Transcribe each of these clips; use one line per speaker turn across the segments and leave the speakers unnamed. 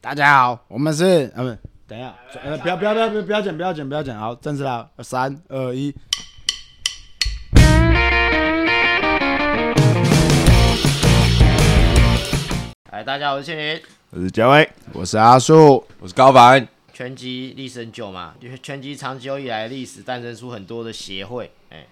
大家好，我们是呃不，等一下，
哎
呃不要不要不要不要不要剪不要剪不要剪，好，正式啦，三二一。
哎，大家好，我是倩林。
我是嘉威，我是阿树，
我是高凡，
拳击历史很久嘛，因为拳击长久以来历史诞生出很多的协会。哎，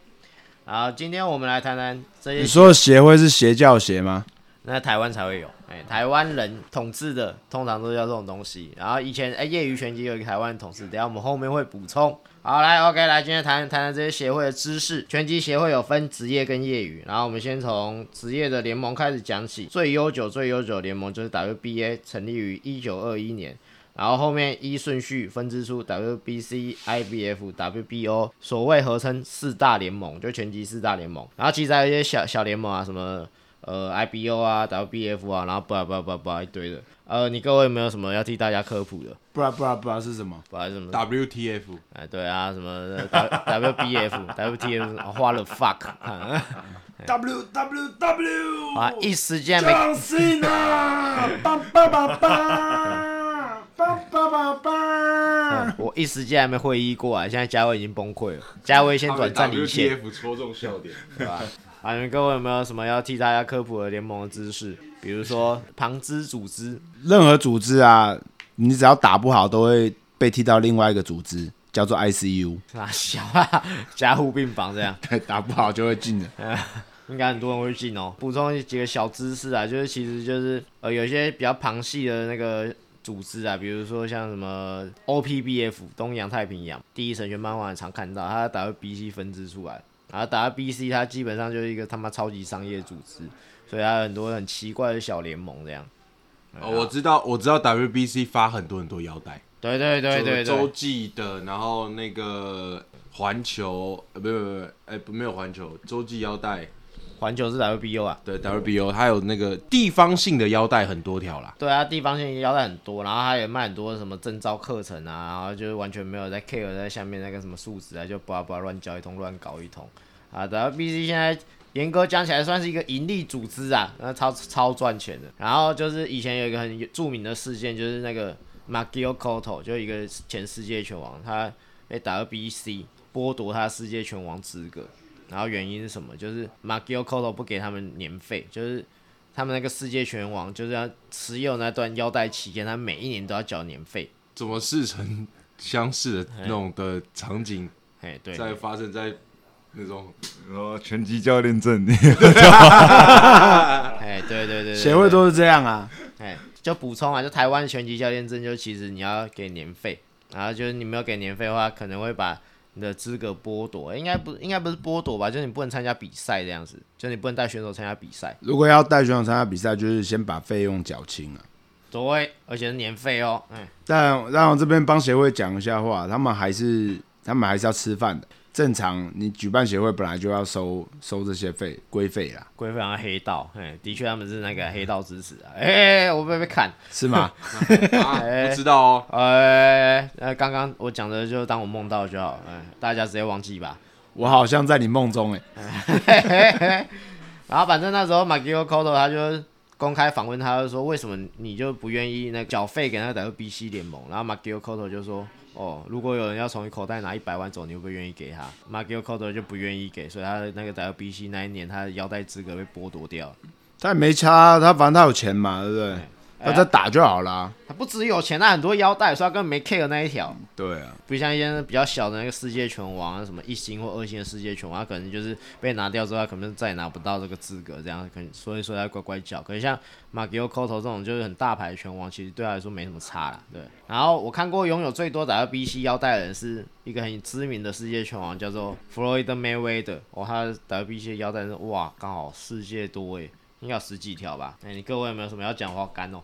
好，今天我们来谈谈这
你
些，
说的协会是邪教协吗？
那台湾才会有。哎，台湾人统治的通常都叫这种东西。然后以前哎，业余拳击有一个台湾统治，等一下我们后面会补充。好，来，OK，来，今天谈谈谈这些协会的知识。拳击协会有分职业跟业余，然后我们先从职业的联盟开始讲起。最悠久、最悠久的联盟就是 WBA，成立于一九二一年。然后后面依顺序分支出 WBC、IBF、WBO，所谓合称四大联盟，就拳击四大联盟。然后其实还有一些小小联盟啊，什么呃 IBO 啊、WBF 啊，然后不啊不啊不啊不啊一堆的。呃，你各位有没有什么要替大家科普的？
不然不然不然是什么？
不然什么？
WTF
哎，对啊，什么 W WBF、WTF，哦花了 fuck 啊
W W W
啊！一时间没
信啊！叭叭叭叭叭叭叭叭。
我一时间还没会意过来，啊现在嘉威已经崩溃了。嘉威先转战离线。
WTF 戳中笑点，
对吧？啊，你们各位有没有什么要替大家科普的联盟的知识？比如说旁支组织，
任何组织啊，你只要打不好，都会被踢到另外一个组织，叫做 ICU，
啊，小啊，加护病房这样，
对，打不好就会进的。
应该很多人会进哦。补充几个小知识啊，就是其实就是呃，有些比较旁系的那个组织啊，比如说像什么 OPBF 东洋太平洋第一神拳漫画很常看到，它打 BC 分支出来，然后打 BC 它基本上就是一个他妈超级商业组织，所以它有很多很奇怪的小联盟这样。
哦，我知道，我知道 WBC 发很多很多腰带，
对对对对对，
洲际的，然后那个环球，呃，不不不，哎，不没有环球，洲际腰带，
环球是 WBO 啊。
对 WBO，它有那个地方性的腰带很多条啦。
对啊，地方性腰带很多，然后他也卖很多什么证照课程啊，然后就是完全没有在 care 在下面那个什么数值啊，就叭叭乱教一通，乱搞一通啊。然后 BC 现在严格讲起来算是一个盈利组织啊，那超超赚钱的。然后就是以前有一个很著名的事件，就是那个 Magio Cotto，就一个前世界拳王，他被打到 BC 剥夺他世界拳王资格，然后原因是什么？就是 Magio Cotto 不给他们年费，就是。他们那个世界拳王就是要持有那段腰带期间，他每一年都要缴年费。
怎么似曾相识的那种的场景，
哎，对，
在发生在那 种
然后哦拳击教练证，
哎，对对对对，
协会都是这样啊，
哎，就补充啊，就台湾拳击教练证，就其实你要给年费，然后就是你没有给年费的话，可能会把你的资格剥夺，应该不应该不是剥夺吧？就是你不能参加比赛这样子，就你不能带选手参加比赛。
如果要带选手参加比赛，就是先把费用缴清啊。
对，而且是年费哦，哎，
但让我这边帮协会讲一下话，他们还是他们还是要吃饭的。正常，你举办协会本来就要收收这些费规费啦，
规范像黑道，哎，的确他们是那个黑道支持啊，哎，我被被砍。
是 吗？
啊，不知道哦，
哎，呃，刚刚我讲的就当我梦到就好，哎、大家直接忘记吧。
我好像在你梦中哎、
然后反正那时候马吉奥 Cotto 他就公开访问，他就说为什么你就不愿意那个缴费给那个 WBC 联盟？然后马吉奥 Cotto 就说。哦，如果有人要从你口袋拿一百万走，你会不会愿意给他？马吉奥 Cotto 就不愿意给，所以他的那个 WBC 那一年他的腰带资格被剥夺掉了。
他也没差，啊他反正他有钱嘛，对不对？
哎
他再打就好啦。
他不只有钱，他很多腰带，所以他根本没 care 那一条。
对啊，
不像一些比较小的那个世界拳王啊，什么一星或二星的世界拳王，他可能就是被拿掉之后，他可能再也拿不到这个资格，这样可能所以说他乖乖叫。可是像马吉奥 c o t o 这种就是很大牌的拳王，其实对他来说没什么差啦。对，然后我看过拥有最多 WBC 腰带的人是一个很知名的世界拳王，叫做 Floyd Mayweather。哦，他的 WBC 的腰带是哇，刚好世界多诶，应该有十几条吧？哎、你各位有没有什么要讲话干哦？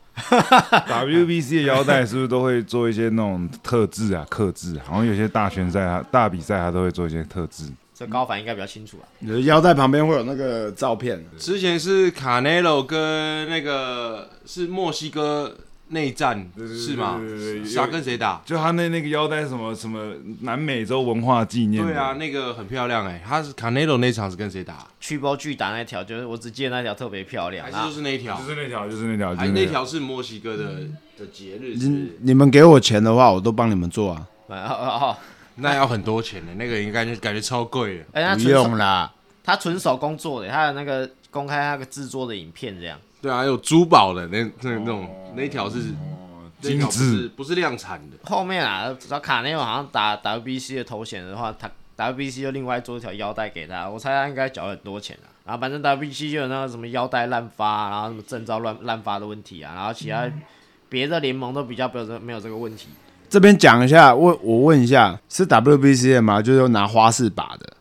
WBC 的腰带是不是都会做一些那种特制啊、克制啊？好像有些大拳赛、它大比赛，它都会做一些特制。
这高凡应该比较清楚啊。
你的腰带旁边会有那个照片，
之前是卡内罗跟那个是墨西哥内战
对
是吗
对对对？
啥跟谁打？
就他那那个腰带什么什么南美洲文化纪念的，
对啊，那个很漂亮哎、他是卡内罗那场是跟谁打？
曲包巨打那条，就是我只记得那条特别漂亮
还是
啊
就。是那一条
就？是那条，就是那条，就
还
是
是那
条。
条是墨西哥的的节日
你
是，
你们给我钱的话，我都帮你们做啊，
哦哦，哦
那要很多钱的，那个应该就感觉超贵的。
哎，他
不
纯手
用啦。
他纯手工做的，他的那个公开他的制作的影片这样。
对啊，还有珠宝的那那那种那一条是那一条不是
精致
不是量产的。
后面啊，只要卡内尔好像打 WBC 的头衔的话，他 WBC 就另外做一条腰带给他，我猜他应该缴很多钱啊。然后反正 WBC 就有那个什么腰带滥发啊，然后什么证照乱滥发的问题啊，然后其他别的联盟都比较没有这没有这个问题。
这边讲一下，问我问一下，是 WBC 的吗？就是有拿花式把的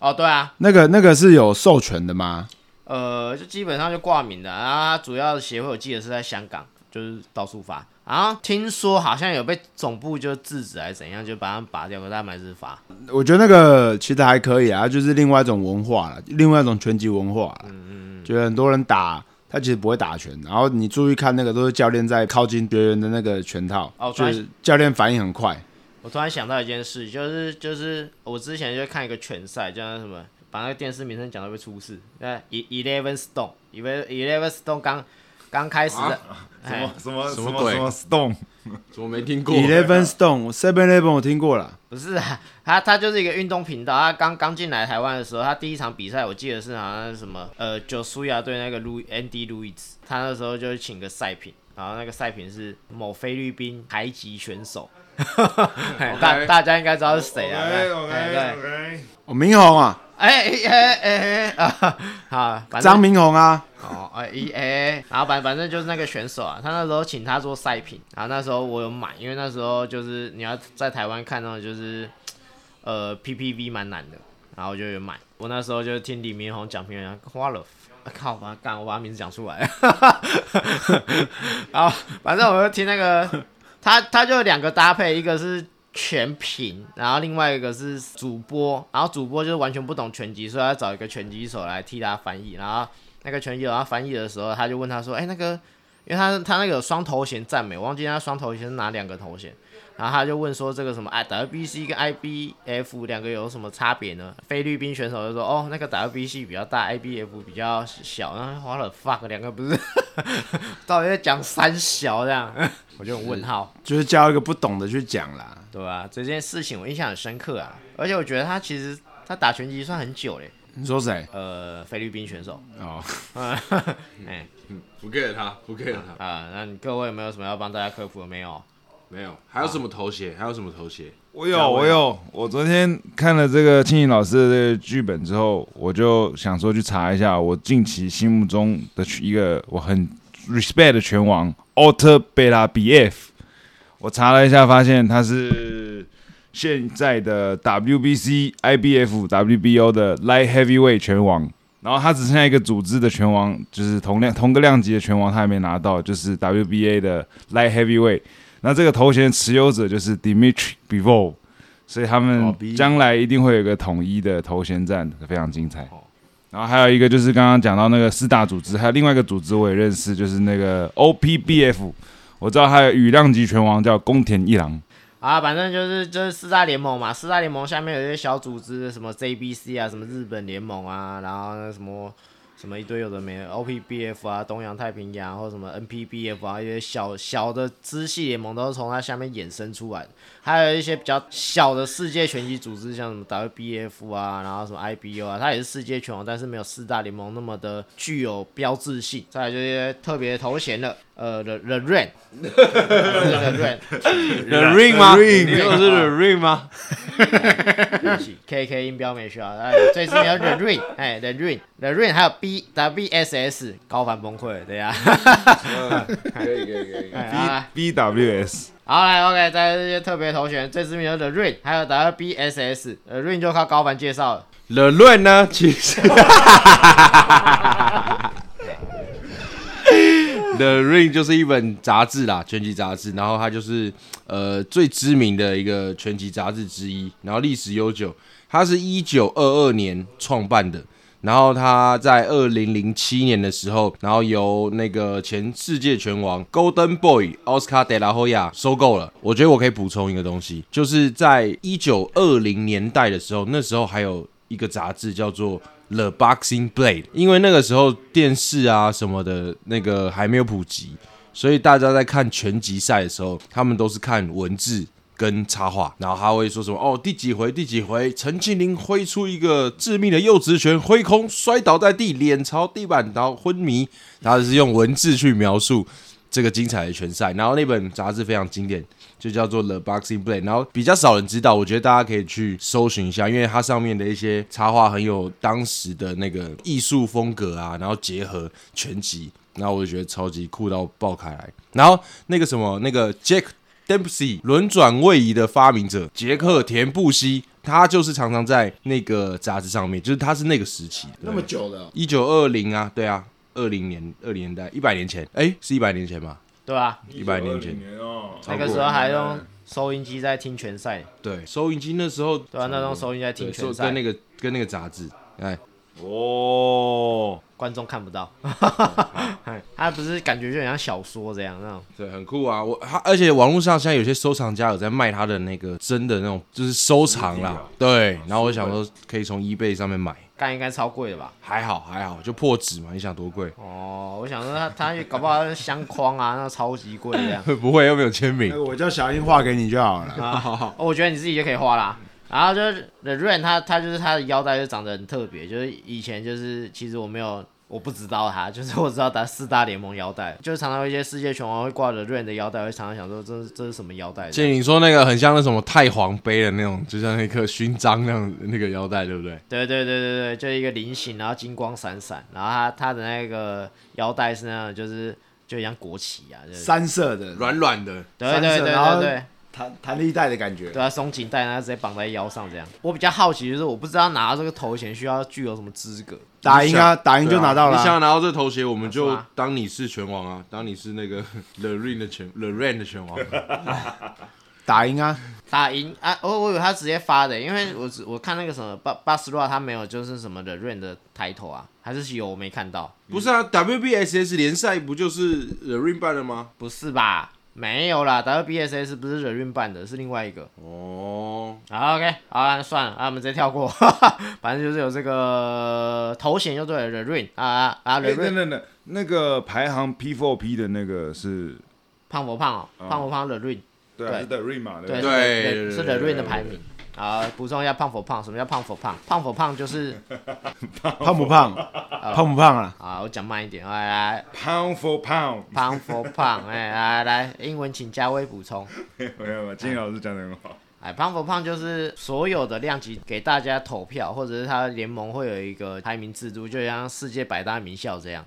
哦，对啊，
那个，那个是有授权的吗？
呃，就基本上就挂名的，然后他主要的协会我记得是在香港，就是到处发。然后听说好像有被总部就制止还是怎样，就把他们拔掉，可是他们还是发。
我觉得那个其实还可以啊，就是另外一种文化了，另外一种拳击文化了。嗯嗯，觉得很多人打他其实不会打拳，然后你注意看那个都是教练在靠近学员的那个拳套，
哦
就
突
是教练反应很快。
我突然想到一件事，就是就是我之前就看一个拳赛，叫那什么，把那个电视名称讲到会出事。那 E Eleven Stone Eleven Eleven Stone 刚刚开始的，
啊什
哎
么，什么
什
什
么
么
鬼
什么 stone，
怎么没听过
Eleven Stone Seven Eleven 我听过了，
不是啊， 他他就是一个运动频道。他刚刚进来台湾的时候，他第一场比赛我记得是好像是什么呃，九苏亚对那个路 Andy Luiz，他那时候就请个赛评，然后那个赛评是某菲律宾台籍选手，嘿大
OK
大家应该知道是谁啊？对
哎
对。
OK，
哦，明宏啊，
哎哎哎哎啊！好，反正
张明宏啊，
哦，哎一哎，然后反反正就是那个选手啊，他那时候请他做赛品，然后那时候我有买，因为那时候就是你要在台湾看到就是呃 PPV 蛮难的，然后我就有买。我那时候就听李明宏讲评人花了。啊靠！我把它干，我把他名字讲出来。 然后反正我就听那个，他他就有两个搭配，一个是全屏，然后另外一个是主播，然后主播就是完全不懂拳击，所以他找一个拳击手来替他翻译。然后那个拳击手他翻译的时候，他就问他说：“哎、那个，因为他他那个有双头衔赞美，我忘记他双头衔是哪两个头衔。”然后他就问说：“这个什么啊 I WBC 跟 IBF 两个有什么差别呢？”菲律宾选手就说：“哦，那个 WBC 比较大，IBF 比较小。”然后花了 fuck 两个不是， 到底在讲三小这样？我就很问号。
就是教一个不懂的去讲啦。
对啊，这件事情我印象很深刻啊，而且我觉得他其实他打拳击算很久嘞，
你说谁？
呃，菲律宾选手，
哦，
嗯，哎
不 care 他，不 care 他，
啊，那你各位有没有什么要帮大家科普的没有？
没有。还有什么头衔？还有什么头衔？
我有我有，我昨天看了这个庆怡老师的这个剧本之后，我就想说去查一下我近期心目中的一个我很 respect 的拳王 Alter Bela BF。我查了一下，发现他是现在的 WBC、IBF、WBO 的 Light Heavyweight 拳王。然后他只剩下一个组织的拳王，就是同量同个量级的拳王，他还没拿到，就是 WBA 的 Light Heavyweight。那这个头衔持有者就是 Dimitri Bivol，所以他
哦
们
，B
将来一定会有一个统一的头衔战，非常精彩。然后还有一个就是刚刚讲到那个四大组织，还有另外一个组织我也认识，就是那个 OPBF，我知道还有羽量级拳王叫宫田一郎。
啊，反正就是就是四大联盟嘛，四大联盟下面有一些小组织，什么 JBC 啊，什么日本联盟啊，然后那什么什么一堆有的没的 OPBF 啊，东洋太平洋，或什么 NPBF 啊，一些小小的支系联盟都是从它下面衍生出来的，还有一些比较小的世界拳击组织，像什么 WBF 啊，然后什么 IBO 啊，它也是世界拳王，但是没有四大联盟那么的具有标志性，再来就是特别头衔了，呃，The The Rain。The Rain，
The Ring 吗你说的是 The Ring 吗？
K K 音标没需要，哎，这次你要 The Rain，哎，The Rain，The Rain，还有 B W S S 高反崩溃，对呀、
嗯可以可以可以。
哎啊，
B BWS
好来 OK，在这些特别头衔，最知名的 The Rain，还有 W B S S，The Rain 就靠高反介绍了。
The Ring 呢？其实 ，The Ring 就是一本杂志啦，拳击杂志。然后它就是呃最知名的一个拳击杂志之一，然后历史悠久。它是一九二二年创办的，然后他在二零零七年的时候，然后由那个前世界拳王 Golden Boy Oscar De La Hoya 收购了。我觉得我可以补充一个东西，就是在一九二零年代的时候，那时候还有一个杂志叫做。The Boxing Blade，因为那个时候电视啊什么的，那个还没有普及，所以大家在看拳击赛的时候，他们都是看文字。跟插画，然后他会说什么？哦，第几回？第几回？陈庆林挥出一个致命的右直拳，挥空，摔倒在地，脸朝地板，然后昏迷。他是用文字去描述这个精彩的拳赛。然后那本杂志非常经典，就叫做《The Boxing Blade》，然后比较少人知道，我觉得大家可以去搜寻一下，因为它上面的一些插画很有当时的那个艺术风格啊，然后结合拳击，然后我就觉得超级酷到爆开来。然后那个什么，那个 Jack Dempsey 轮转位移的发明者杰克田布希，他就是常常在那个杂志上面，就是他是那个时期的，
那么久了，
一九二零啊，对啊，二零年二零年代一百年前，哎，是一百年前吧？
对啊，
一百年前，
哦，
那个时候还用收音机在听拳赛，
对，收音机那时候嗯
对啊，那种收音机在听
对，
拳
说
赛
跟，那个跟那个杂志，哎，
哦，
观众看不 到，
嗯
他不是感觉就很像小说这样那种，
对，很酷啊！我他而且网络上现在有些收藏家有在卖他的那个真的那种，就是收藏啦，对。然后我想说可以从 eBay 上面买，
干应该超贵的吧？
还好还好，就破纸嘛，你想多贵？
哦，我想说他他搞不好是相框啊，那超级贵这样。
不会又没有签名
那个我叫小英画给你就好了。
啊
哦，我觉得你自己就可以画啦。然后就是 The Rain，他他就是他的腰带就长得很特别，就是以前就是其实我没有我不知道他， 就是我知道他四大联盟腰带，就是常常有一些世界拳王会挂着 Rain 的腰带，我会常常想说这是这是什么腰带？
建议你说那个很像那什么太皇杯的那种，就像那颗勋章那样那个腰带，对不对？
对对对对对，就是一个菱形，然后金光闪闪，然后他他的那个腰带是那样，就是就像国旗啊，就是
三色的
软软的，
对对对对
然后
对对。
弹弹力带的感觉，
对啊，松紧带，然后直接绑在腰上这样。我比较好奇就是，我不知道拿到这个头衔需要具有什么资格。
打赢啊，打赢就拿到了
你
啊。
想要拿到这头衔，我们
是
就
吗
当你是拳王啊，
嗯
当你是那个 The Ring 的拳，The Ring 的拳王。啊
打赢啊，
打赢啊！我我以为他直接发的，因为我只我看那个什么巴巴斯洛，他没有就是什么的 rain 的抬头啊，还是有我没看到？
不是啊，WBSS 联赛不就是 The Ring 办的吗？
不是吧？没有啦，WBSS 不是 the rain 办的，是另外一个。
哦，
好，OK，好啦，算了，啊，我们直接跳过， 反正就是有这个头衔就对了，the rain 啊啊，the
哎等
rain
等等，那个排行 P four P 的那个是，
胖不胖哦，胖不胖 the rain。
对啊，
对
是 The Ring 嘛，
对
对不对
对对
是
对
的 r 的排名。啊，补充一下胖否胖，什么叫胖否胖？胖否胖就是
胖不 胖？胖不胖啊？
啊，我讲慢一点，来来
？Pound for pound，
胖否胖，哎来来，英文请加微补充。
没有没有，金老师讲的很好。
哎，胖否胖就是所有的量级给大家投票，或者是他联盟会有一个排名制度，就像世界百大名校这样。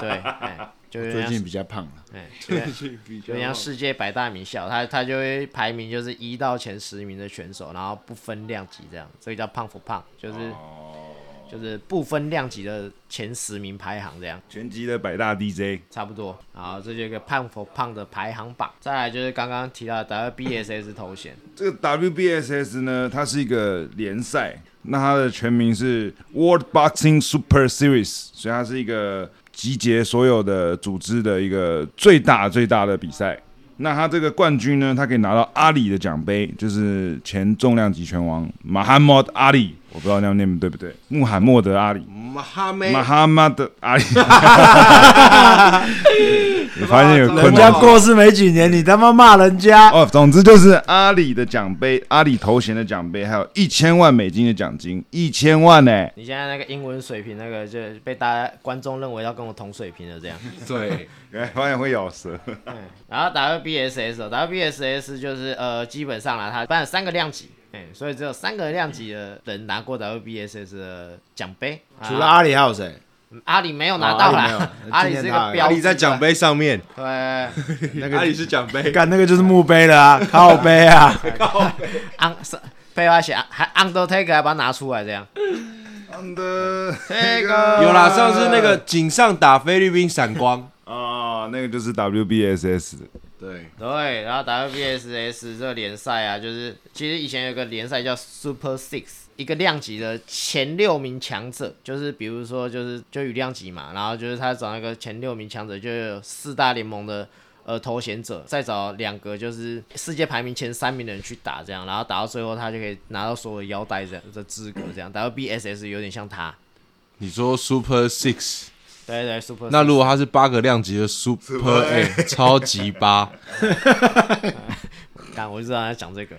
对，哎， 就是
最
啊
像
近比较胖了，
哎，对，就像世界百大名校，他他就会排名就是一到前十名的选手，然后不分量级这样，这个叫胖不胖，就是、哦就是不分量级的前十名排行这样。
拳击的百大 DJ，
差不多，好，这就是一个胖佛胖的排行榜。再来就是刚刚提到的 WBSS 头衔，
这个 WBSS 呢，它是一个联赛，那它的全名是 World Boxing Super Series，所以它是一个集结所有的组织的一个最大最大的比赛。那他这个冠军呢，他可以拿到阿里的奖杯，就是前重量级拳王马哈默德阿里，我不知道那样念对不对，穆罕默德阿里，
马哈梅
马哈默德阿里。你发现有困难
人
吗？
家过世没几年，你他妈骂人 家，
哦，总之就是阿里的奖杯，阿里头衔的奖杯，还有一千万美金的奖金，一千万呢、
你现在那个英文水平那个就被大家观众认为要跟我同水平的这样。
对，
原来发现会咬舌。
然后 WBSS 哦，WBSS 就是呃，基本上啦，它办了三个量级，哎、所以只有三个量级的人拿过 WBSS 的奖杯，啊
除了阿里还有谁？
嗯阿里没有拿到啦
哦，
阿
阿
里
里
是
没有今年
一
他
个标
阿
志啊
里在奖，杯上面，
对，安
那
阿
个
里是奖杯，
干那个就是墓碑了 啊，靠碑啊，
啊是废话写还 Undertaker 还把它拿出来这样，
的
有啦，上次那个井上打菲律宾闪光，
啊，那个就是 WBSS 的
对，
对，然后 WBSS 这个联赛啊，就是其实以前有个联赛叫 Super Six，一个量级的前六名强者，就是比如说就是就羽量级嘛，然后就是他找那个前六名强者，就有四大联盟的呃头衔者，再找两个就是世界排名前三名的人去打这样，然后打到最后他就可以拿到所有的腰带这样的资格这样，WBSS 有点像他。
你说 Super Six
对对，Super
那如果他是八个量级的 Super A，超级 八，
干，我就知道他在讲这个，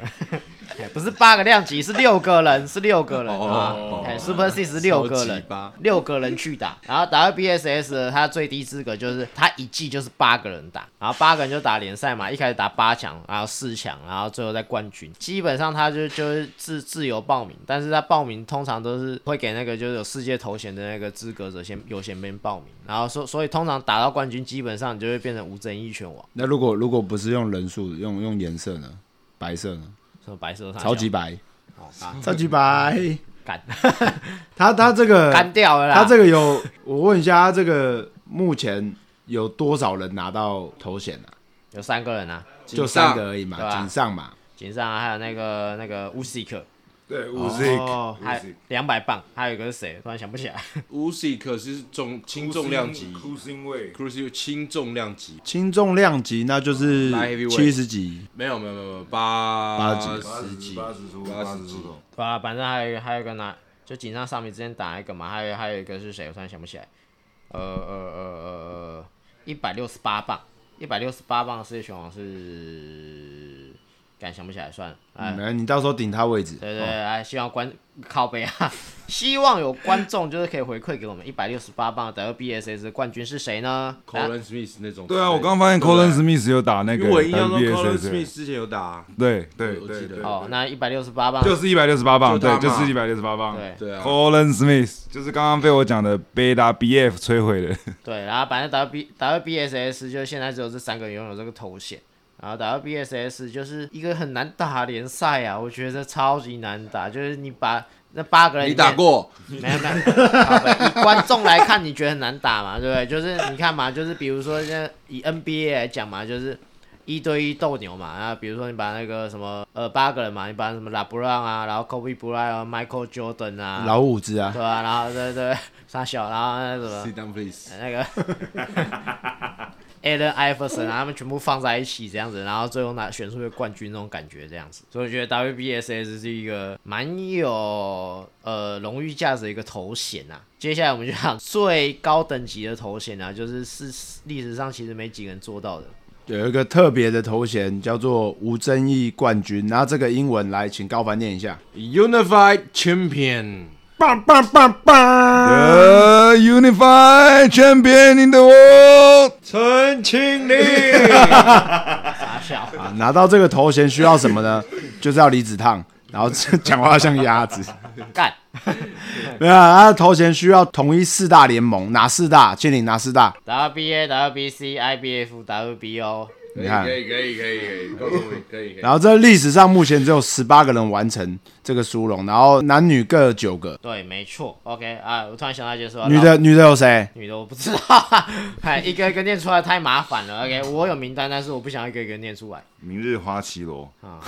哎不是八个量级，是六个人，是六个人啊
哦！
哎，Super Six 是六个
超级
人
八，
六个人去打，然后打到 BSS 的，他最低资格就是他一季就是八个人打，然后八个人就打联赛嘛，一开始打八强，然后四强，然后最后再冠军，基本上他就就是自自由报名，但是他报名通常都是会给那个就是有世界头衔的那个资格者先优先边报名，然后所所以通常打到冠军，基本上你就会变成无争议拳王，
那如果如果不是用人数，用用颜色呢？白色呢？
什么白色
超级白，
哦啊
超级白。
干
他他这个
干掉了啦，
他这个有，我问一下，他这个目前有多少人拿到头衔啊？
有三个人啊，
就
井上
三个而已
对
嘛，
吧
井上嘛。
井上、啊、还有那个那个乌西克，
对，五
哦
还两百磅，还有一个是谁？突然想不起来。
无锡可是重轻重量级
cruising way，
，Cruise 轻重量级，
轻重量级那就是
来 heavyweight
七十级，
没有没有没有没有八
八十几
十几，
八十出，
八
八
十
十
几
出，头，
啊，反正还有一个还有一个呢，就井上上面之前打一个嘛，还有还有一个是谁？我突然想不起来。呃呃呃呃呃，一百六十八磅，一百六十八磅的世界拳王是，敢想不起来算了。哎，
没有你到时候顶他位置。
对对，对哎，希望观靠背啊， 希望有观众就是可以回馈给我们一百六十八磅的 WBSS 的冠军是谁呢？啊
Colin Smith 那种。
对啊，我刚刚发现 Colin
对
Smith 有打那
因
个
为我印象中 Colin
WBSS，
Smith 之前有打啊，
对对
我
对
记得
对，
哦，那一百六十八磅，
就是一百六十八磅，
就他
对
嘛，
就是一百六十八磅。
对
对啊，
Colin Smith 就是刚刚被我讲的贝达 BF 摧毁的，
对，然后反正 W W B S S 就是现在只有这三个人拥有这个头衔，然后 W B S S 就是一个很难打的联赛啊，我觉得超级难打，就是你把那八个人
你
里面
打过？
没有没有，靠北以观众来看，你觉得很难打嘛？对不对？就是你看嘛，就是比如说，现在以 NBA 来讲嘛，就是一对一斗牛嘛。然后比如说你把那个什么呃八个人嘛，你把什么拉布朗啊，然后 Kobe Bryant、Michael Jordan 啊，
老五只啊
对，吧、然后对对 傻小，然后那什么
Sit down please。
那个 Allen Iverson，啊他们全部放在一起这样子，然后最后拿选出一个冠军那种感觉这样子，所以我觉得 WBSS 是一个蛮有呃荣誉价值的一个头衔啊。接下来我们就讲最高等级的头衔啊，就是是历史上其实没几个人做到的。
有一个特别的头衔叫做无争议冠军，然后这个英文来，请高凡念一下。
Unified Champion，
棒棒棒棒！
呃 Unified Champion in the World，
陈庆林，
傻笑，
啊，拿到这个头衔需要什么呢？ 就是要离子烫，然后讲话像鸭 子。
干
没有啊，他的头衔需要统一四大联盟，哪四大？千领哪四大？
WBA、WBC、IBF、WBO，
你看
哎
可，以可以可以可以，够聪明，可以可以。
然后这历史上目前只有十八个人完成这个殊荣，然后男女各九个。
对，没错。OK 啊，我突然想到一件事，
女的女的有谁？
女的我不知道，哎，一个一个念出来太麻烦了。OK，我有名单，但是我不想一个一个念出来
明日花绮罗，
啊。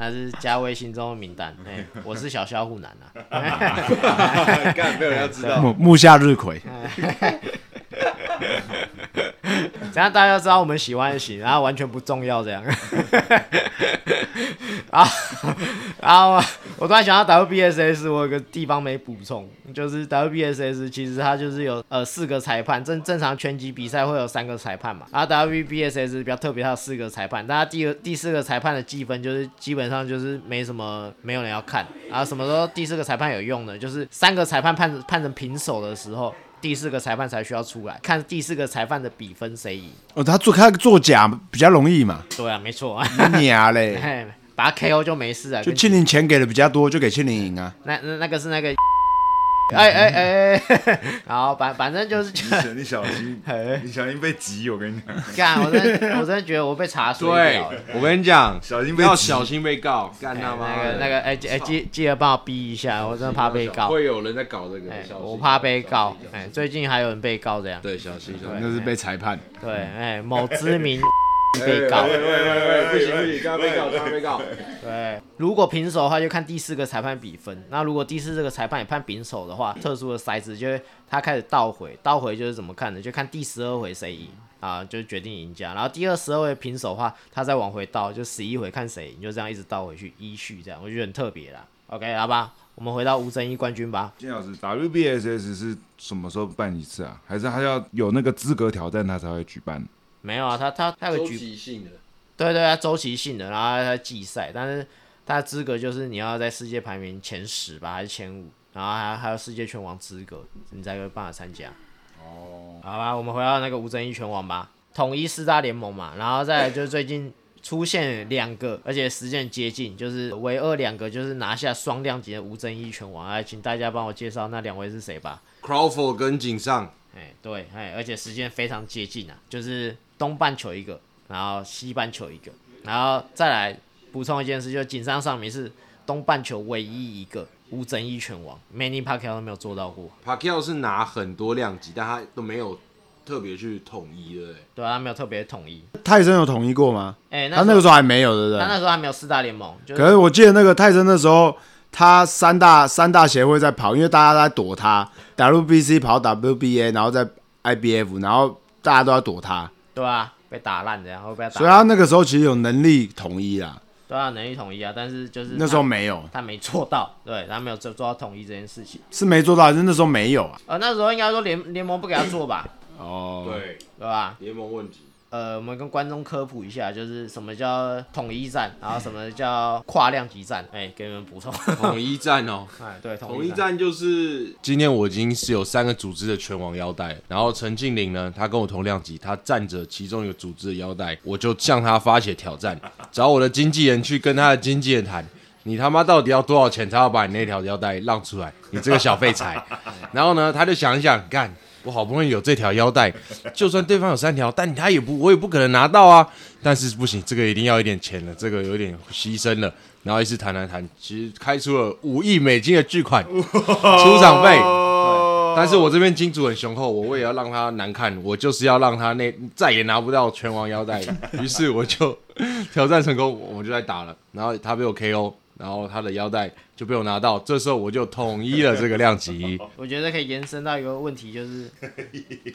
那是加微心中的名单，哎、我是小小虎男啊。
干，没有人要知道。
嗯
木木下日葵。
这样大家都知道我们喜欢的型，然后完全不重要这样。然后，然后我我突然想到 WBSS，我有个地方没补充，就是 WBSS 其实它就是有呃四个裁判，正正常拳击比赛会有三个裁判嘛，然后 WBSS 比较特别，它有四个裁判，但它第二第四个裁判的计分就是基本上就是没什么没有人要看，然后什么时候第四个裁判有用呢？就是三个裁判判判成平手的时候。第四个裁判才需要出来，看第四个裁判的比分谁赢。
哦，他做他作假比较容易 嘛，
对啊，没错啊，
嗯
娘嘞，
嘿把他 KO 就没事啊。
就
跟
庆龄钱给的比较多，就给庆龄赢啊。
那那那个是那
嗯
个， 哎哎哎， 然后反反正就是，
你小 心，你小心被挤，我跟你讲，
干，我真的我真的觉得我被查水
对
表了。，
我跟你讲，
小心被
要
挤
小心被告，干
哎
他妈
那个
的
那个，哎记哎记记得帮我逼一下，我真的怕被告，
会有人在搞这个
哎，，
小心
我怕被告，
小心
哎，最近还有人被告这样，
对，小心小心。
那是被裁判。
对，哎，某知 名
哎
被告，
喂喂喂，不行不行，刚刚被告，刚刚被告。
对，如果平手的话，就看第四个裁判比分。那如果第四这个裁判也判平手的话，特殊的骰子就会他开始倒回，倒回就是怎么看的，就看第十二回谁赢啊，就决定赢家。然后第二十二回平手的话，他再往回倒，就十一回看谁赢，就这样一直倒回去，依序这样，我觉得很特别啦。OK，好吧，我们回到无争议冠军吧。
金老师，WBSS 是什么时候办一次啊？还是他要有那个资格挑战，他才会举办？
没有啊，他他他有个
周
局，
期性的，
对对啊，周期性的，然后他季赛，但是他的资格就是你要在世界排名前十吧，还是前五，然后还还有世界拳王资格，你才有办法参加。哦，好吧，我们回到那个无争议拳王吧，统一四大联盟嘛，然后再来就是最近出现两个，而且时间接近，就是唯二两个就是拿下双量级的无争议拳王，来，请大家帮我介绍那两位是谁吧。
Crawford 跟井上，
哎，对，哎，而且时间非常接近啊，就是东半球一个，然后西半球一个，然后再来补充一件事，就是井上尚弥是东半球唯一一个无争议拳王，Many Pacquiao 都没有做到过，
Pacquiao 是拿很多量级，但他都没有特别去统一，对不对？
对啊，他没有特别统一。
泰森有统一过吗？
哎，
他那个
时
时候还没有，对不
候他那
对？
时候还没有四大联盟，就
可
是
是我记得那个泰森那时候，他三大三大协会在跑，因为大家都在躲他，WBC 跑 WBA，然后再 IBF，然后大家都在躲他，
对啊，被打烂的，然后被他打
所以
烂，
他那个时候其实有能力统一啦，
对啊，能力统一啊，但是就是
那时候
他
没有，
他没做到，对他没有做做到统一这件事情。
是没做到，还是那时候没有啊？
呃，那时候应该说联联盟不给他做吧，
哦，，
对，
对吧？
联盟问题。
呃，我们跟观众科普一下，就是什么叫统一战，然后什么叫跨量级战，哎、给你们补充。
统一战哦，
哎，对，
统
统一
一
战。
战就是今天我已经是有三个组织的拳王腰带，然后陈静玲呢，她跟我同量级，她站着其中一个组织的腰带，我就向她发起挑战，找我的经纪人去跟她的经纪人谈。你他妈到底要多少钱才要把你那条腰带让出来？你这个小废 材！然后呢，他就想一想，干，我好不容易有这条腰带，就算对方有三条，但他也不，我也不可能拿到啊。但是不行，这个一定要一点钱了，这个有点牺牲了。然后一直谈谈谈，其实开出了五亿美金的巨款出场费。对但是我这边金主很雄厚，我也要让他难看，我就是要让他那再也拿不到拳王腰带。于是我就挑战成功，我们就在打了。然后他被我 KO，然后他的腰带就被我拿到。这时候我就统一了这个量级，
我觉得可以延伸到一个问题，就是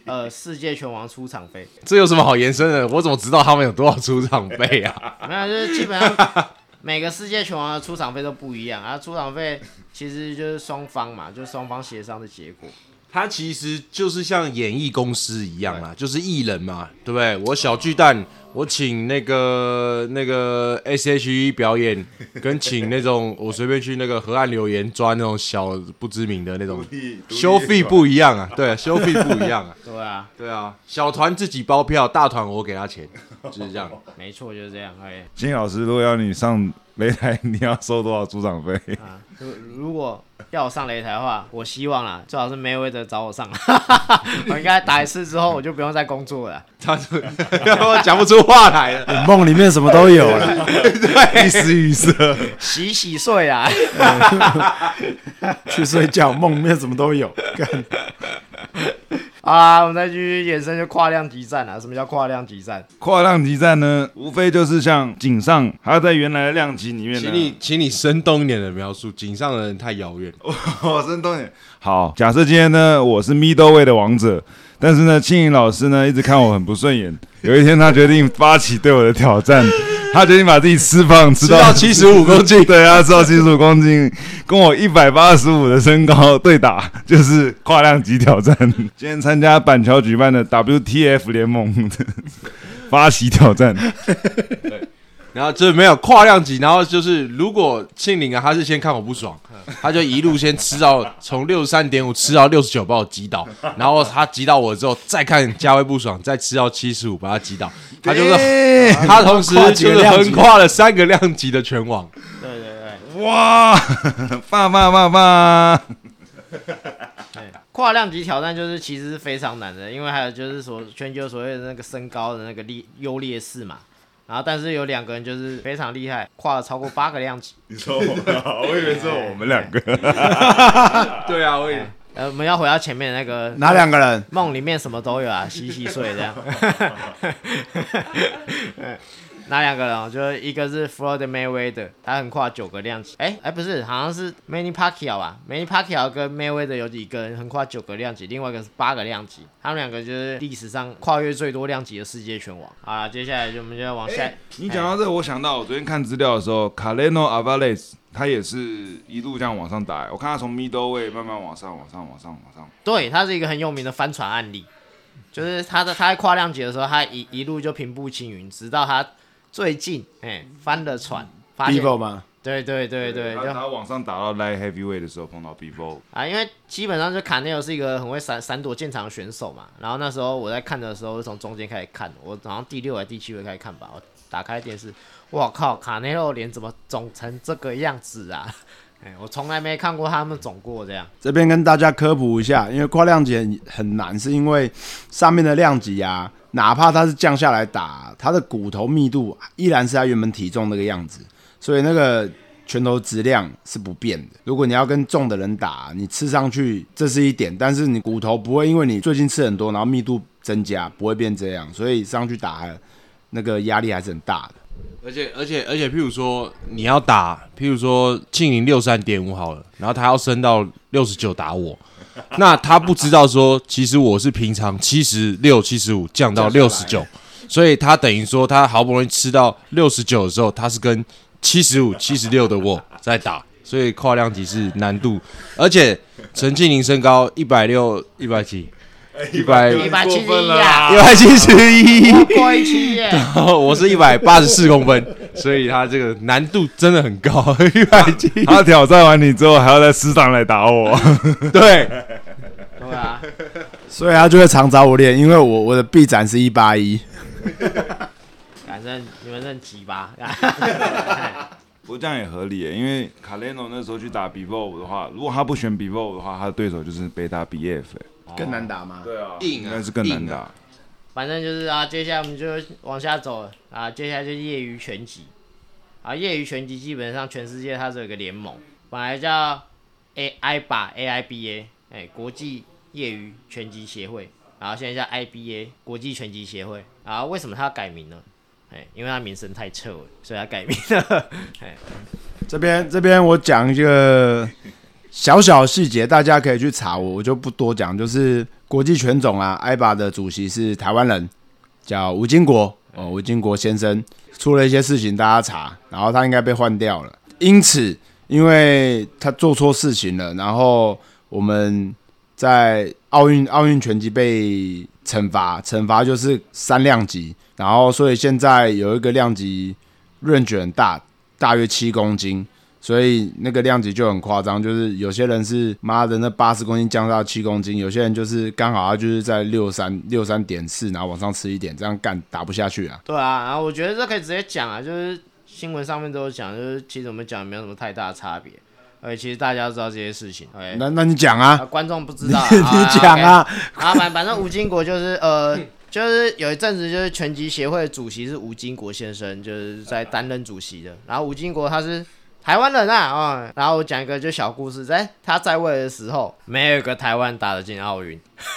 呃，世界拳王出场费，
这有什么好延伸的？我怎么知道他们有多少出场费啊？
没有，就是基本上每个世界拳王的出场费都不一样，啊，出场费其实就是双方嘛，就是双方协商的结果。
他其实就是像演艺公司一样啦，就是艺人嘛，对不对？我小巨蛋，我请那个那个 S.H.E 表演，跟请那种我随便去那个河岸留言抓那种小不知名的那种，收费不一样啊，对啊，收费不一样啊，
对啊，
对啊，小团自己包票，大团我给他钱，就是这样。
没错，就是这样。哎，
金老师，如果要你上擂台， 你要收多少出场 费？
如如果要我上擂台的话，我希望啦，最好是梅威德找我上， 我应该打一次之后我就不用再工作了。
他就 我讲不出话来了。
哦梦里面什么都有啊了，
一丝一色，
洗洗睡啊 啦，
去睡觉，梦里面什么都有。
啊，我们再继续延伸就跨量级战啊。什么叫跨量级战？
跨量级战呢，无非就是像井上，他在原来的量级里面呢，
请你，请你生动一点的描述，井上的人太遥远。
我生动点。好，假设今天呢， 我是 middle way 的王者，但是呢，庆颖老师呢一直看我很不顺眼。有一天，他决定发起对我的挑 战，他决定把自己吃胖吃
吃到
到
75公
斤， 对啊，他吃到七十五公斤，跟我一百八十五的身高对打， 就是跨量级挑战。 今天参加板桥举办的 WTF 联盟 的发起挑战，
然后就是没有跨量级，然后就是如果庆龄啊，他是先看我不爽，他就一路先 吃到从六十三点五吃到六十九，把我击倒，然后他击倒我之后，再看嘉威不爽，再吃到七十五，把他击倒，他就是
哎
他同时
跨几
就
个
是
量级
横跨了三个量级的拳王。
对对对，
哇，爸爸爸爸，
跨量级挑战就是其实是非常难的，因为还有就是所全球所谓的那个身高的那个劣优劣势嘛。然后但是有两个人就是非常厉害，跨了超过八个量级。
你说我们，我以为是我们两个。
对啊，我也
呃，我们要回到前面的那个
哪两个人？
梦里面什么都有啊，洗洗睡这样。 哪两个人哦？就是一个是 Floyd Mayweather，他横跨九个量级。哎哎，不是，好像是 Manny Pacquiao 吧？Manny Pacquiao 跟 Mayweather 有几个人横跨九个量级，另外一个是八个量级。他们两个就是历史上跨越最多量级的世界拳王。好
哎
啦，接下来就我们就要往下。
你讲到这，我想到我昨天看资料的时候，卡雷诺阿瓦雷斯他也是一路这样往上打。我看他从 middle way 慢慢往上，往上，往上，往上。
对，它是一个很有名的帆船案例，就是他的他在跨量级的时候，他一一路就平步青云，直到他最近哎、翻了船，发现
Bevo 吗？
对对对对，
他
就
他往上打到 light heavyweight 的时候碰到 Bebo，
啊，因为基本上就卡内尔是一个很会闪闪躲建场的选手嘛，然后那时候我在看的时候是从中间开始看，我好像第六还第七位开始看吧，我打开电视，我靠，卡内尔脸怎么肿成这个样子啊？ 哎，我从来没看过他们肿过这样。
这边跟大家科普一下，因为跨量级很很难，是因为上面的量级啊，哪怕它是降下来打，它的骨头密度依然是它原本体重那个样子，所以那个拳头质量是不变的。如果你要跟重的人打，你吃上去这是一点，但是你骨头不会因为你最近吃很多，然后密度增加，不会变这样，所以上去打还那个压力还是很大的。
而且而且而且，譬如说你要打，譬如说庆龄六三点五好了，然后他要升到六十九打我，那他不知道说，其实我是平常七十六、七十五降到六十九，所以他等于说他好不容易吃到六十九的时候，他是跟七十五、七十六的我在打。所以跨量级是难度，而且陈庆龄身高一百六、一百几、一百一
171啊
百七十一，
过一期耶，
哦， 我是一百八十四公分，所以他这个难度真的很高，一百七。
他挑战完你之后还要在市场来打我，
对，
对啊，
所以他就会常找我练，因为我我的臂展是一八一，
反正你们认鸡 巴，
不过这样也合理耶，因为卡雷诺那时候去打 Bebo 的话，如果他不选 Bebo 的话，他的对手就是贝塔 BF。
更难打吗？
对啊，
硬啊
应该是更难打。
反正就是啊，接下来我们就往下走了啊，接下来就是业余拳击啊，业余拳击基本上全世界它是有一个联盟，本来叫 A I 吧 A I B A，哎、国际业余拳击协会，然后现在叫 I B A 国际拳击协会啊，为什么它要改名呢？哎、因为它名声太臭了，所以它改名了。 哎、
这边这边我讲一个小小细节，大家可以去查，我我就不多讲。就是国际拳总啊，IBA 的主席是台湾人，叫吴金国哦，吴金国先生出了一些事情，大家查，然后他应该被换掉了。因此，因为他做错事情了，然后我们在奥运奥运拳击被惩罚，惩罚就是三量级，然后所以现在有一个量级润卷大，大约七公斤，所以那个量级就很夸张，就是有些人是妈的那八十公斤降到七公斤，有些人就是刚好他就是在六三六三点四，然后往上吃一点，这样干打不下去啊。
对啊，然后我觉得这可以直接讲啊，就是新闻上面都有讲，就是其实我们讲也没有什么太大的差别，而且其实大家都知道这些事情。哎、
那那你讲啊
啊，，观众不知道啊，
你 讲
啊
啊，
OK 啊，反反正吴金国就是呃，就是有一阵子就是拳击协会的主席是吴金国先生，就是在担任主席的。然后吴金国他是台湾人啊啊、然后我讲一个就小故事，在他在位的时候，没有一个台湾打得进奥运。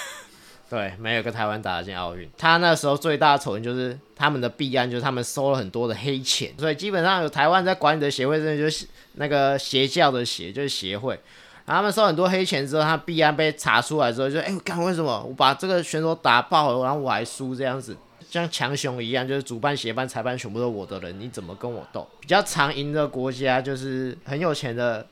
对，没有一个台湾打得进奥运。他那时候最大的丑闻就是他们的弊案，就是他们收了很多的黑钱，所以基本上有台湾在管理的协会，真的就是那个邪教的邪，就是协会。然后他们收很多黑钱之后，他必然被查出来之后就，哎，干为什么我把这个选手打爆了，然后我还输这样子，像强雄一样，就是主办、协办、裁判全部都是我的人，你怎么跟我斗？比较常赢的国家就是很有钱的，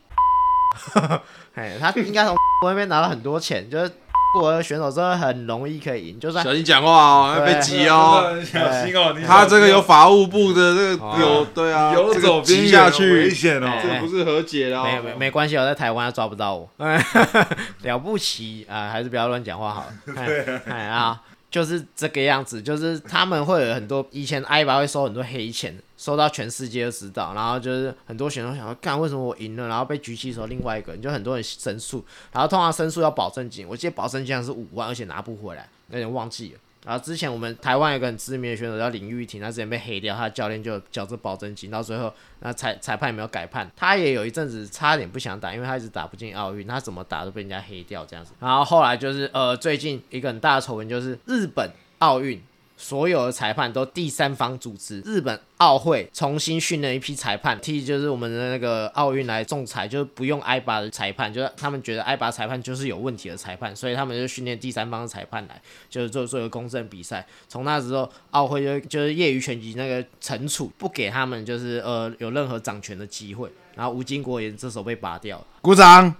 哎，他应该从那边拿了很多钱，就是 国的选手真的很容易可以赢，就算
小心讲话哦，要被
啊
挤哦。
小心哦，你
他这个有法务部的这
哦
个有对啊，
游
这个
走
挤
边
下
缘哦危
去，
险
哎
哦。
这不是和解了
没没
哦。
没关系，我在台湾他抓不到 我，了不起啊、还是不要乱讲话 好了。哎哎啊，就是这个样子，就是他们会有很多以前艾巴会收很多黑钱，收到全世界都知道，然后就是很多选手想说，干为什么我赢了，然后被举起的时候，另外一个人就很多人申诉，然后通常申诉要保证金，我记得保证金好像是五万，而且拿不回来，有点忘记了。然后之前我们台湾有个很知名的选手叫林玉婷，他之前被黑掉，他的教练就缴这保证金，到最后那裁裁判也没有改判，他也有一阵子差点不想打，因为他一直打不进奥运，他怎么打都被人家黑掉这样子。然后后来就是呃，最近一个很大的丑闻就是日本奥运所有的裁判都第三方组织。日本奥会重新训练一批裁判，替就是我们的那个奥运来仲裁，就是不用埃巴的裁判，就是他们觉得埃巴裁判就是有问题的裁判，所以他们就训练第三方的裁判来，就是做做一个公正比赛。从那时候，奥会就就是业余拳击那个惩处，不给他们就是呃有任何掌权的机会。然后吴金国也这手被拔掉了。
鼓掌。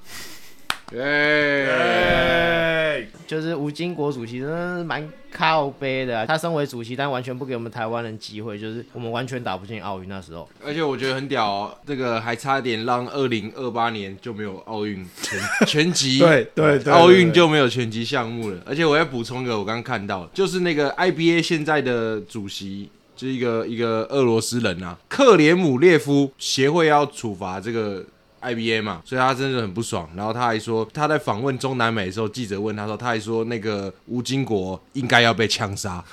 就是吴金国主席真的是蛮靠背的啊、他身为主席，但完全不给我们台湾人机会，就是我们完全打不进奥运那时候。
而且我觉得很屌、哦，这个还差点让二零二八年就没有奥运拳拳击，
对对对，
奥运
对
就没有拳击项目了。而且我要补充一个，我刚刚看到，就是那个 IBA 现在的主席。就是一个一个俄罗斯人啊，克连姆列夫协会要处罚这个 IBA 嘛，所以他真的很不爽。然后他还说，他在访问中南美的时候，记者问他说，他还说那个吴金国应该要被枪杀，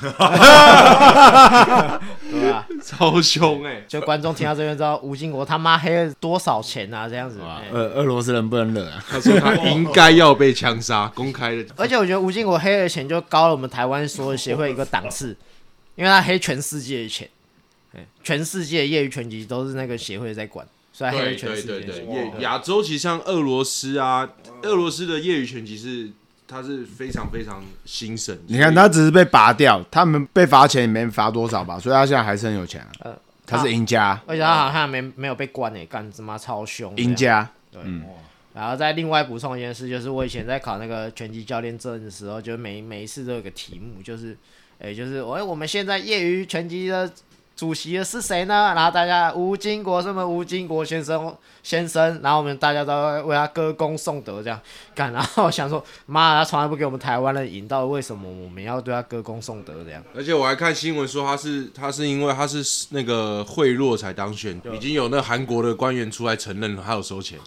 对吧？
超凶哎、
就观众听到这边知道吴金国他妈黑了多少钱啊，这样子。哎
俄呃俄罗斯人不能惹啊！
他说他应该要被枪杀，公开的。
而且我觉得吴金国黑的钱就高了我们台湾所有协会一个档次，因为他黑全世界的钱，哎全世界业余拳击都是那个协会在管，所以他黑了
对
全
对
世界
对
的钱
对，亚亚洲其实像俄罗斯啊，俄罗斯的业余拳击是它是非常非常兴盛。
你看他只是被拔掉，他们被罚钱也没罚多少吧，所以他现在还是很有钱、啊。
呃
他是赢家，
而且他好像没没有被关诶、干他妈超凶。
赢家。
然后再另外补充一件事，就是我以前在考那个拳击教练证的时候，就每每一次都有个题目，就是，诶，就是，哎，我们现在业余拳击的主席的是谁呢？然后大家吴金国什么吴金国先生先生，然后我们大家都会为他歌功颂德这样干。然后我想说，妈，他从来不给我们台湾人引到，为什么我们要对他歌功颂德这样？
而且我还看新闻说他是他是因为他是那个贿赂才当选，已经有那韩国的官员出来承认了，他有收钱。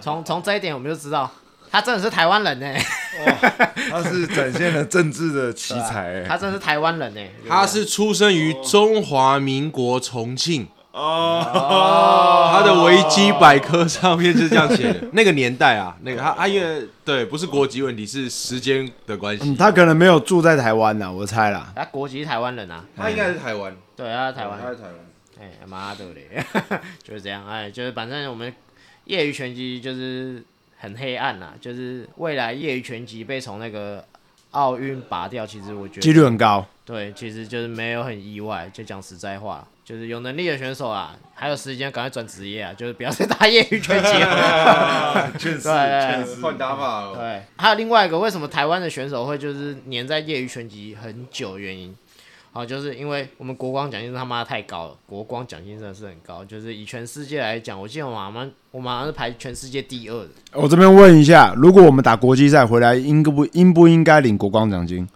从从这一点我们就知道，他真的是台湾人呢、
他是展现了政治的奇才、哎
他真的是台湾人呢、
他是出生于中华民国重庆，
哦，
他的维基百科上面是这样写 的。那个年代啊，那个他他因为对不是国籍问题，是时间的关系
嗯，。他可能没有住在台湾啊呐，我猜啦。
他国籍是台湾人啊，
他应该是台 湾，
对，他是台湾人。
台湾。
哎妈的嘞， 就是这样，哎，就是反正我们业余拳击就是很黑暗呐、就是未来业余拳击被从那个奥运拔掉，其实我觉
几
得
率很高。
对，其实就是没有很意外，就讲实在话。就是有能力的选手啊，还有时间赶快转职业啊，就是不要再打业余拳击了。
确实
对对
确
对
实
换打法了。
对，还有另外一个，为什么台湾的选手会就是黏在业余拳击很久的原因，好、就是因为我们国光奖金他妈太高了，国光奖金真的是很高，就是以全世界来讲，我记得我们好像我们好像是排全世界第二的，
我这边问一下，如果我们打国际赛回来，应不应不应该领国光奖金？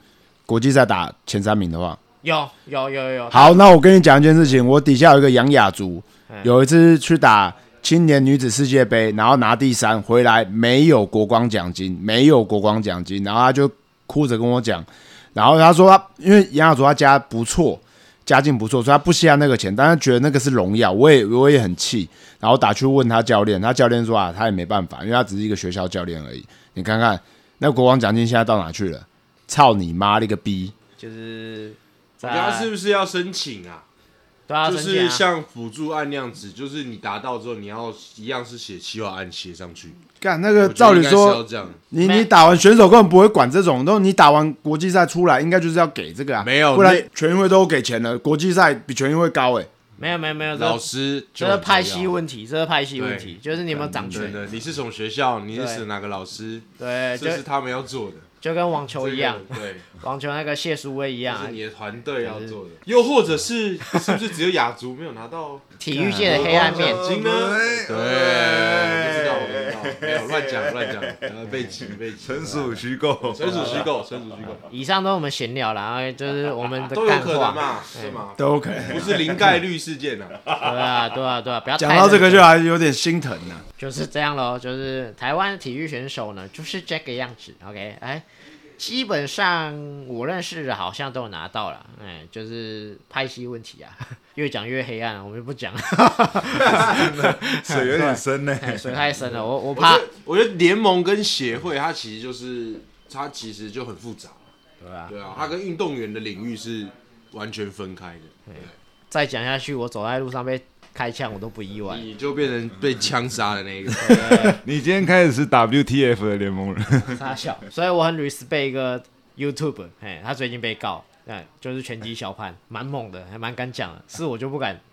国际赛打前三名的话，
有有有有有，
好，那我跟你讲一件事情，我底下有一个杨雅竹
嗯，
有一次去打青年女子世界杯，然后拿第三，回来没有国光奖金，没有国光奖金，然后他就哭着跟我讲，然后他说他因为杨雅竹他家不错。家境不错，所以他不稀罕那个钱，但他觉得那个是荣耀。我也我也很气，然后打去问他教练，他教练说啊，他也没办法，因为他只是一个学校教练而已。你看看那国光奖金现在到哪去了？操你妈了个逼！
就是在
我觉得他是不是要申请啊？
对哎啊，
就
申请
是
啊
像辅助案那样子，就是你达到之后，你要一样是写企划案写上去。
干那个，
我觉
照
得
理
应该是
说
要这样，
你
没
你打完选手根本不会管这种，然后你打完国际赛出来，应该就是要给这个啊，
没有
不然
那
全运会都给钱了，国际赛比全运会高哎、
没有没有没有，
老
这
师
这
就
是
很重要
派系问题，这是派系问题，就是你们掌
真
权，
的，你是什么学校？你是
对
什哪个老师？
对，就
这是他们要做的，
就跟网球一样，
这个对，
网球那个谢淑薇一样啊
这是，你的团队要做的。又或者是是不是只有雅竹没有拿到
体育界的
啊
黑暗面
奖，金呢？对，不知道，不知道，没有乱讲乱讲，呃被挤被挤，
纯属虚构。
纯属虚构，纯属虚构，
以上都是我们闲聊啦，然后就是我们的
都有
干
可能
话，
嘛，是吗？
都 OK。
不是零概率事件 啊。
对啊，对啊，对啊，不要太
讲到这个就
认
还有点心疼啊呢、
真就是这样咯，就是台湾体育选手呢，就是这个样子。OK，哎，基本上我认识的好像都有拿到了，哎，就是拍戏问题啊， 越讲越黑暗，我们就不 讲了，
水有点深呢。
哎水太深了，我我
我觉
怕
得，我觉得联盟跟协会，它其实就是它其实就很复杂，
对吧、
对啊，它跟运动员的领域是完全分开的，
再讲下去，我走在路上被开枪，我都不意外。
你就变成被枪杀的那一个。
你今天开始是 WTF 的联盟人，
傻小， 所以我很 respect 一个 YouTube，哎，他最近被告，哎，就是拳击小潘，蛮猛的，还蛮敢讲的，是我就不敢。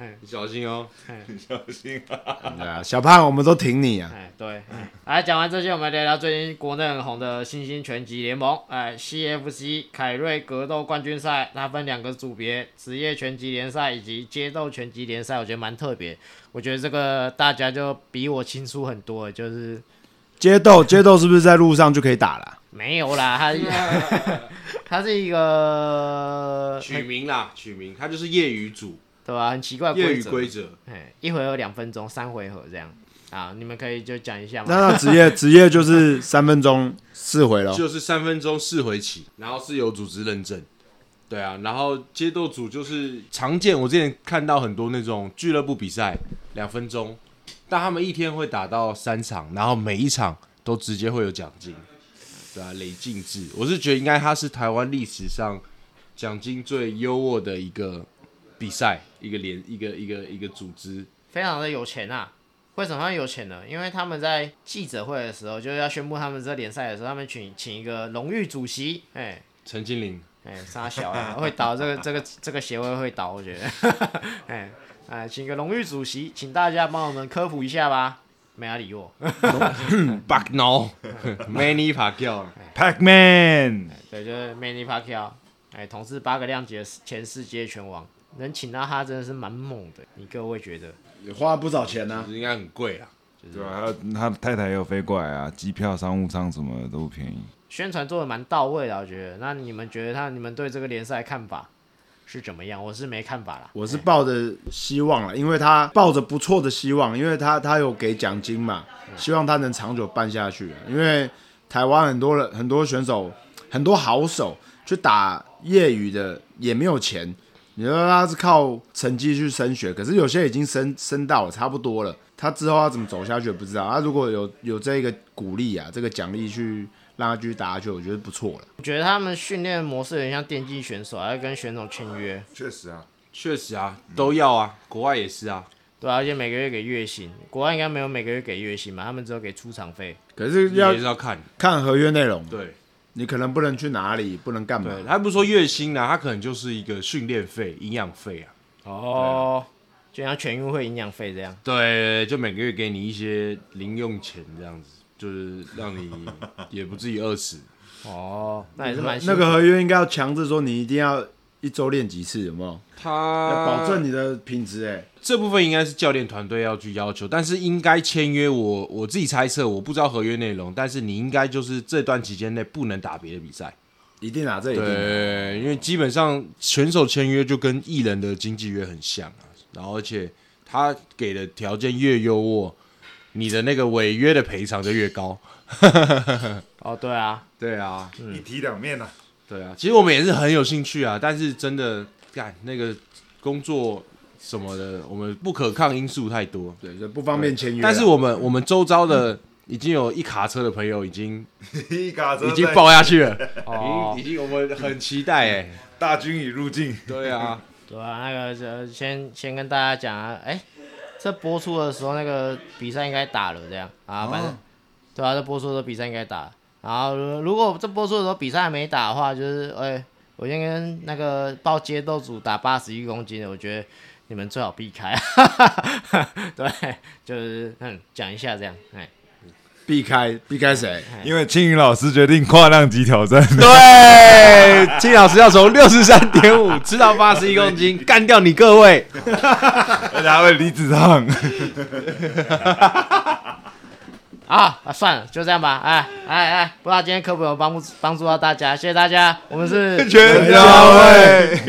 对，你小心哦。
小心啊！
对啊，小胖，我们都挺你啊。
哎，对，哎来讲完这些，我们聊聊最近国内很红的新兴拳击联盟，哎，CFC 凯瑞格斗冠军赛，它分两个组别，职业拳击联赛以及街斗拳击联赛，我觉得蛮特别。我觉得这个大家就比我清楚很多了，就是
街斗，街斗是不是在路上就可以打了？
没有啦，它它是一个
取名啦，取名，它就是业余组，
对吧、很奇怪的
业
规
余
则，
规则。
哎，一回合两分钟，三回合这样啊，你们可以就讲一下嘛。
那那职业 职业就是三分钟四回咯。
就是三分钟四回起，然后是有组织认证。对啊，然后街斗组就是常见，我之前看到很多那种俱乐部比赛，两分钟，但他们一天会打到三场，然后每一场都直接会有奖金。对啊，累进制，我是觉得应该它是台湾历史上奖金最优渥的一个比赛，一个联一个一个一个组织。
非常的有钱啊。为什么他们有钱呢？因为他们在记者会的时候，就是要宣布他们这联赛的时候，他们请请一个荣誉主席，哎、
陈金玲，
哎、傻小啊，会倒这个这个这个协会会倒，我觉得，哎哎、请个荣誉主席，请大家帮我们科普一下吧。没人理我，
巴 no many 爬掉了，
Pac-Man，
对，就是 Manny Pacquiao，哎、同是八个量级的前世界拳王，能请到他真的是蛮猛的。你各位觉得？
花了不少钱呢、
应该很贵啊。
对吧？还有他太太也有飞过来啊，机票、商务舱什么的都不便宜。
宣传做的蛮到位的，我觉得。那你们觉得他你们对这个联赛看法是怎么样？我是没看法啦。
我是抱着希望了，因为他抱着不错的希望，因为他他有给奖金嘛，希望他能长久办下去啊。因为台湾很多人很多选手很多好手去打业余的也没有钱，你说他是靠成绩去升学，可是有些已经升升到了差不多了，他之后要怎么走下去也不知道。他啊如果有有这个鼓励啊，这个奖励去让他继续打下去，我觉得不错了。
我觉得他们训练模式有点像电竞选手，还要跟选手签约，
确实啊，
确实啊，都要啊，国外也是啊。
对啊、而且每个月给月薪，国外应该没有每个月给月薪嘛，他们只有给出场费。
可是
你
要
也是要看，
看合约内容，
对
你可能不能去哪里，不能干嘛。
对，他不是说月薪啦、啊，他可能就是一个训练费、营养费啊，
哦，就像全运会营养费这样。
对，就每个月给你一些零用钱这样子，就是让你也不至于饿 死。
哦，那也是
呃
蛮
那
辛苦
个合约应该要强制说你一定要一周练几次，有没有？
他
呃
要保证你的品质、欸。
这部分应该是教练团队要去要求，但是应该签约我我自己猜测，我不知道合约内容，但是你应该就是这段期间内不能打别的比赛。
一定啊，这一定啊。
对，因为基本上选手签约就跟艺人的经纪约很像啊，然后而且他给的条件越优渥，你的那个违约的赔偿就越高。
哦，对啊，
对啊，
一体两面呐。
对啊，其实我们也是很有兴趣啊，但是真的干那个工作什么的，我们不可抗因素太多。
对，所以不方便签约啊。
但是我们我们周遭的已经有一卡车的朋友已经
一嘎
已经爆下去了，
哦
已经已经我们很期待哎、
大军已入境，
对 啊，
对啊，那个呃，先先跟大家讲啊，哎、这播出的时候那个比赛应该打了，这样啊，反正、对啊，这播出的时候比赛应该打了。然后如如果这播出的时候比赛还没打的话，就是哎、我先跟那个报街斗组打八十一公斤的，我觉得你们最好避开。 对，就是嗯，讲一下这样，哎、
避开避开谁？
因为青云老师决定跨量级挑战。
对，金老师要从六十三点五吃到八十一公斤，干掉你各位。
而且还会离子 烫。
啊啊，算了，就这样吧，哎哎哎，不知道今
哎
啊
天科普有没有帮助帮助到大家，谢谢大家，我们是
全家会。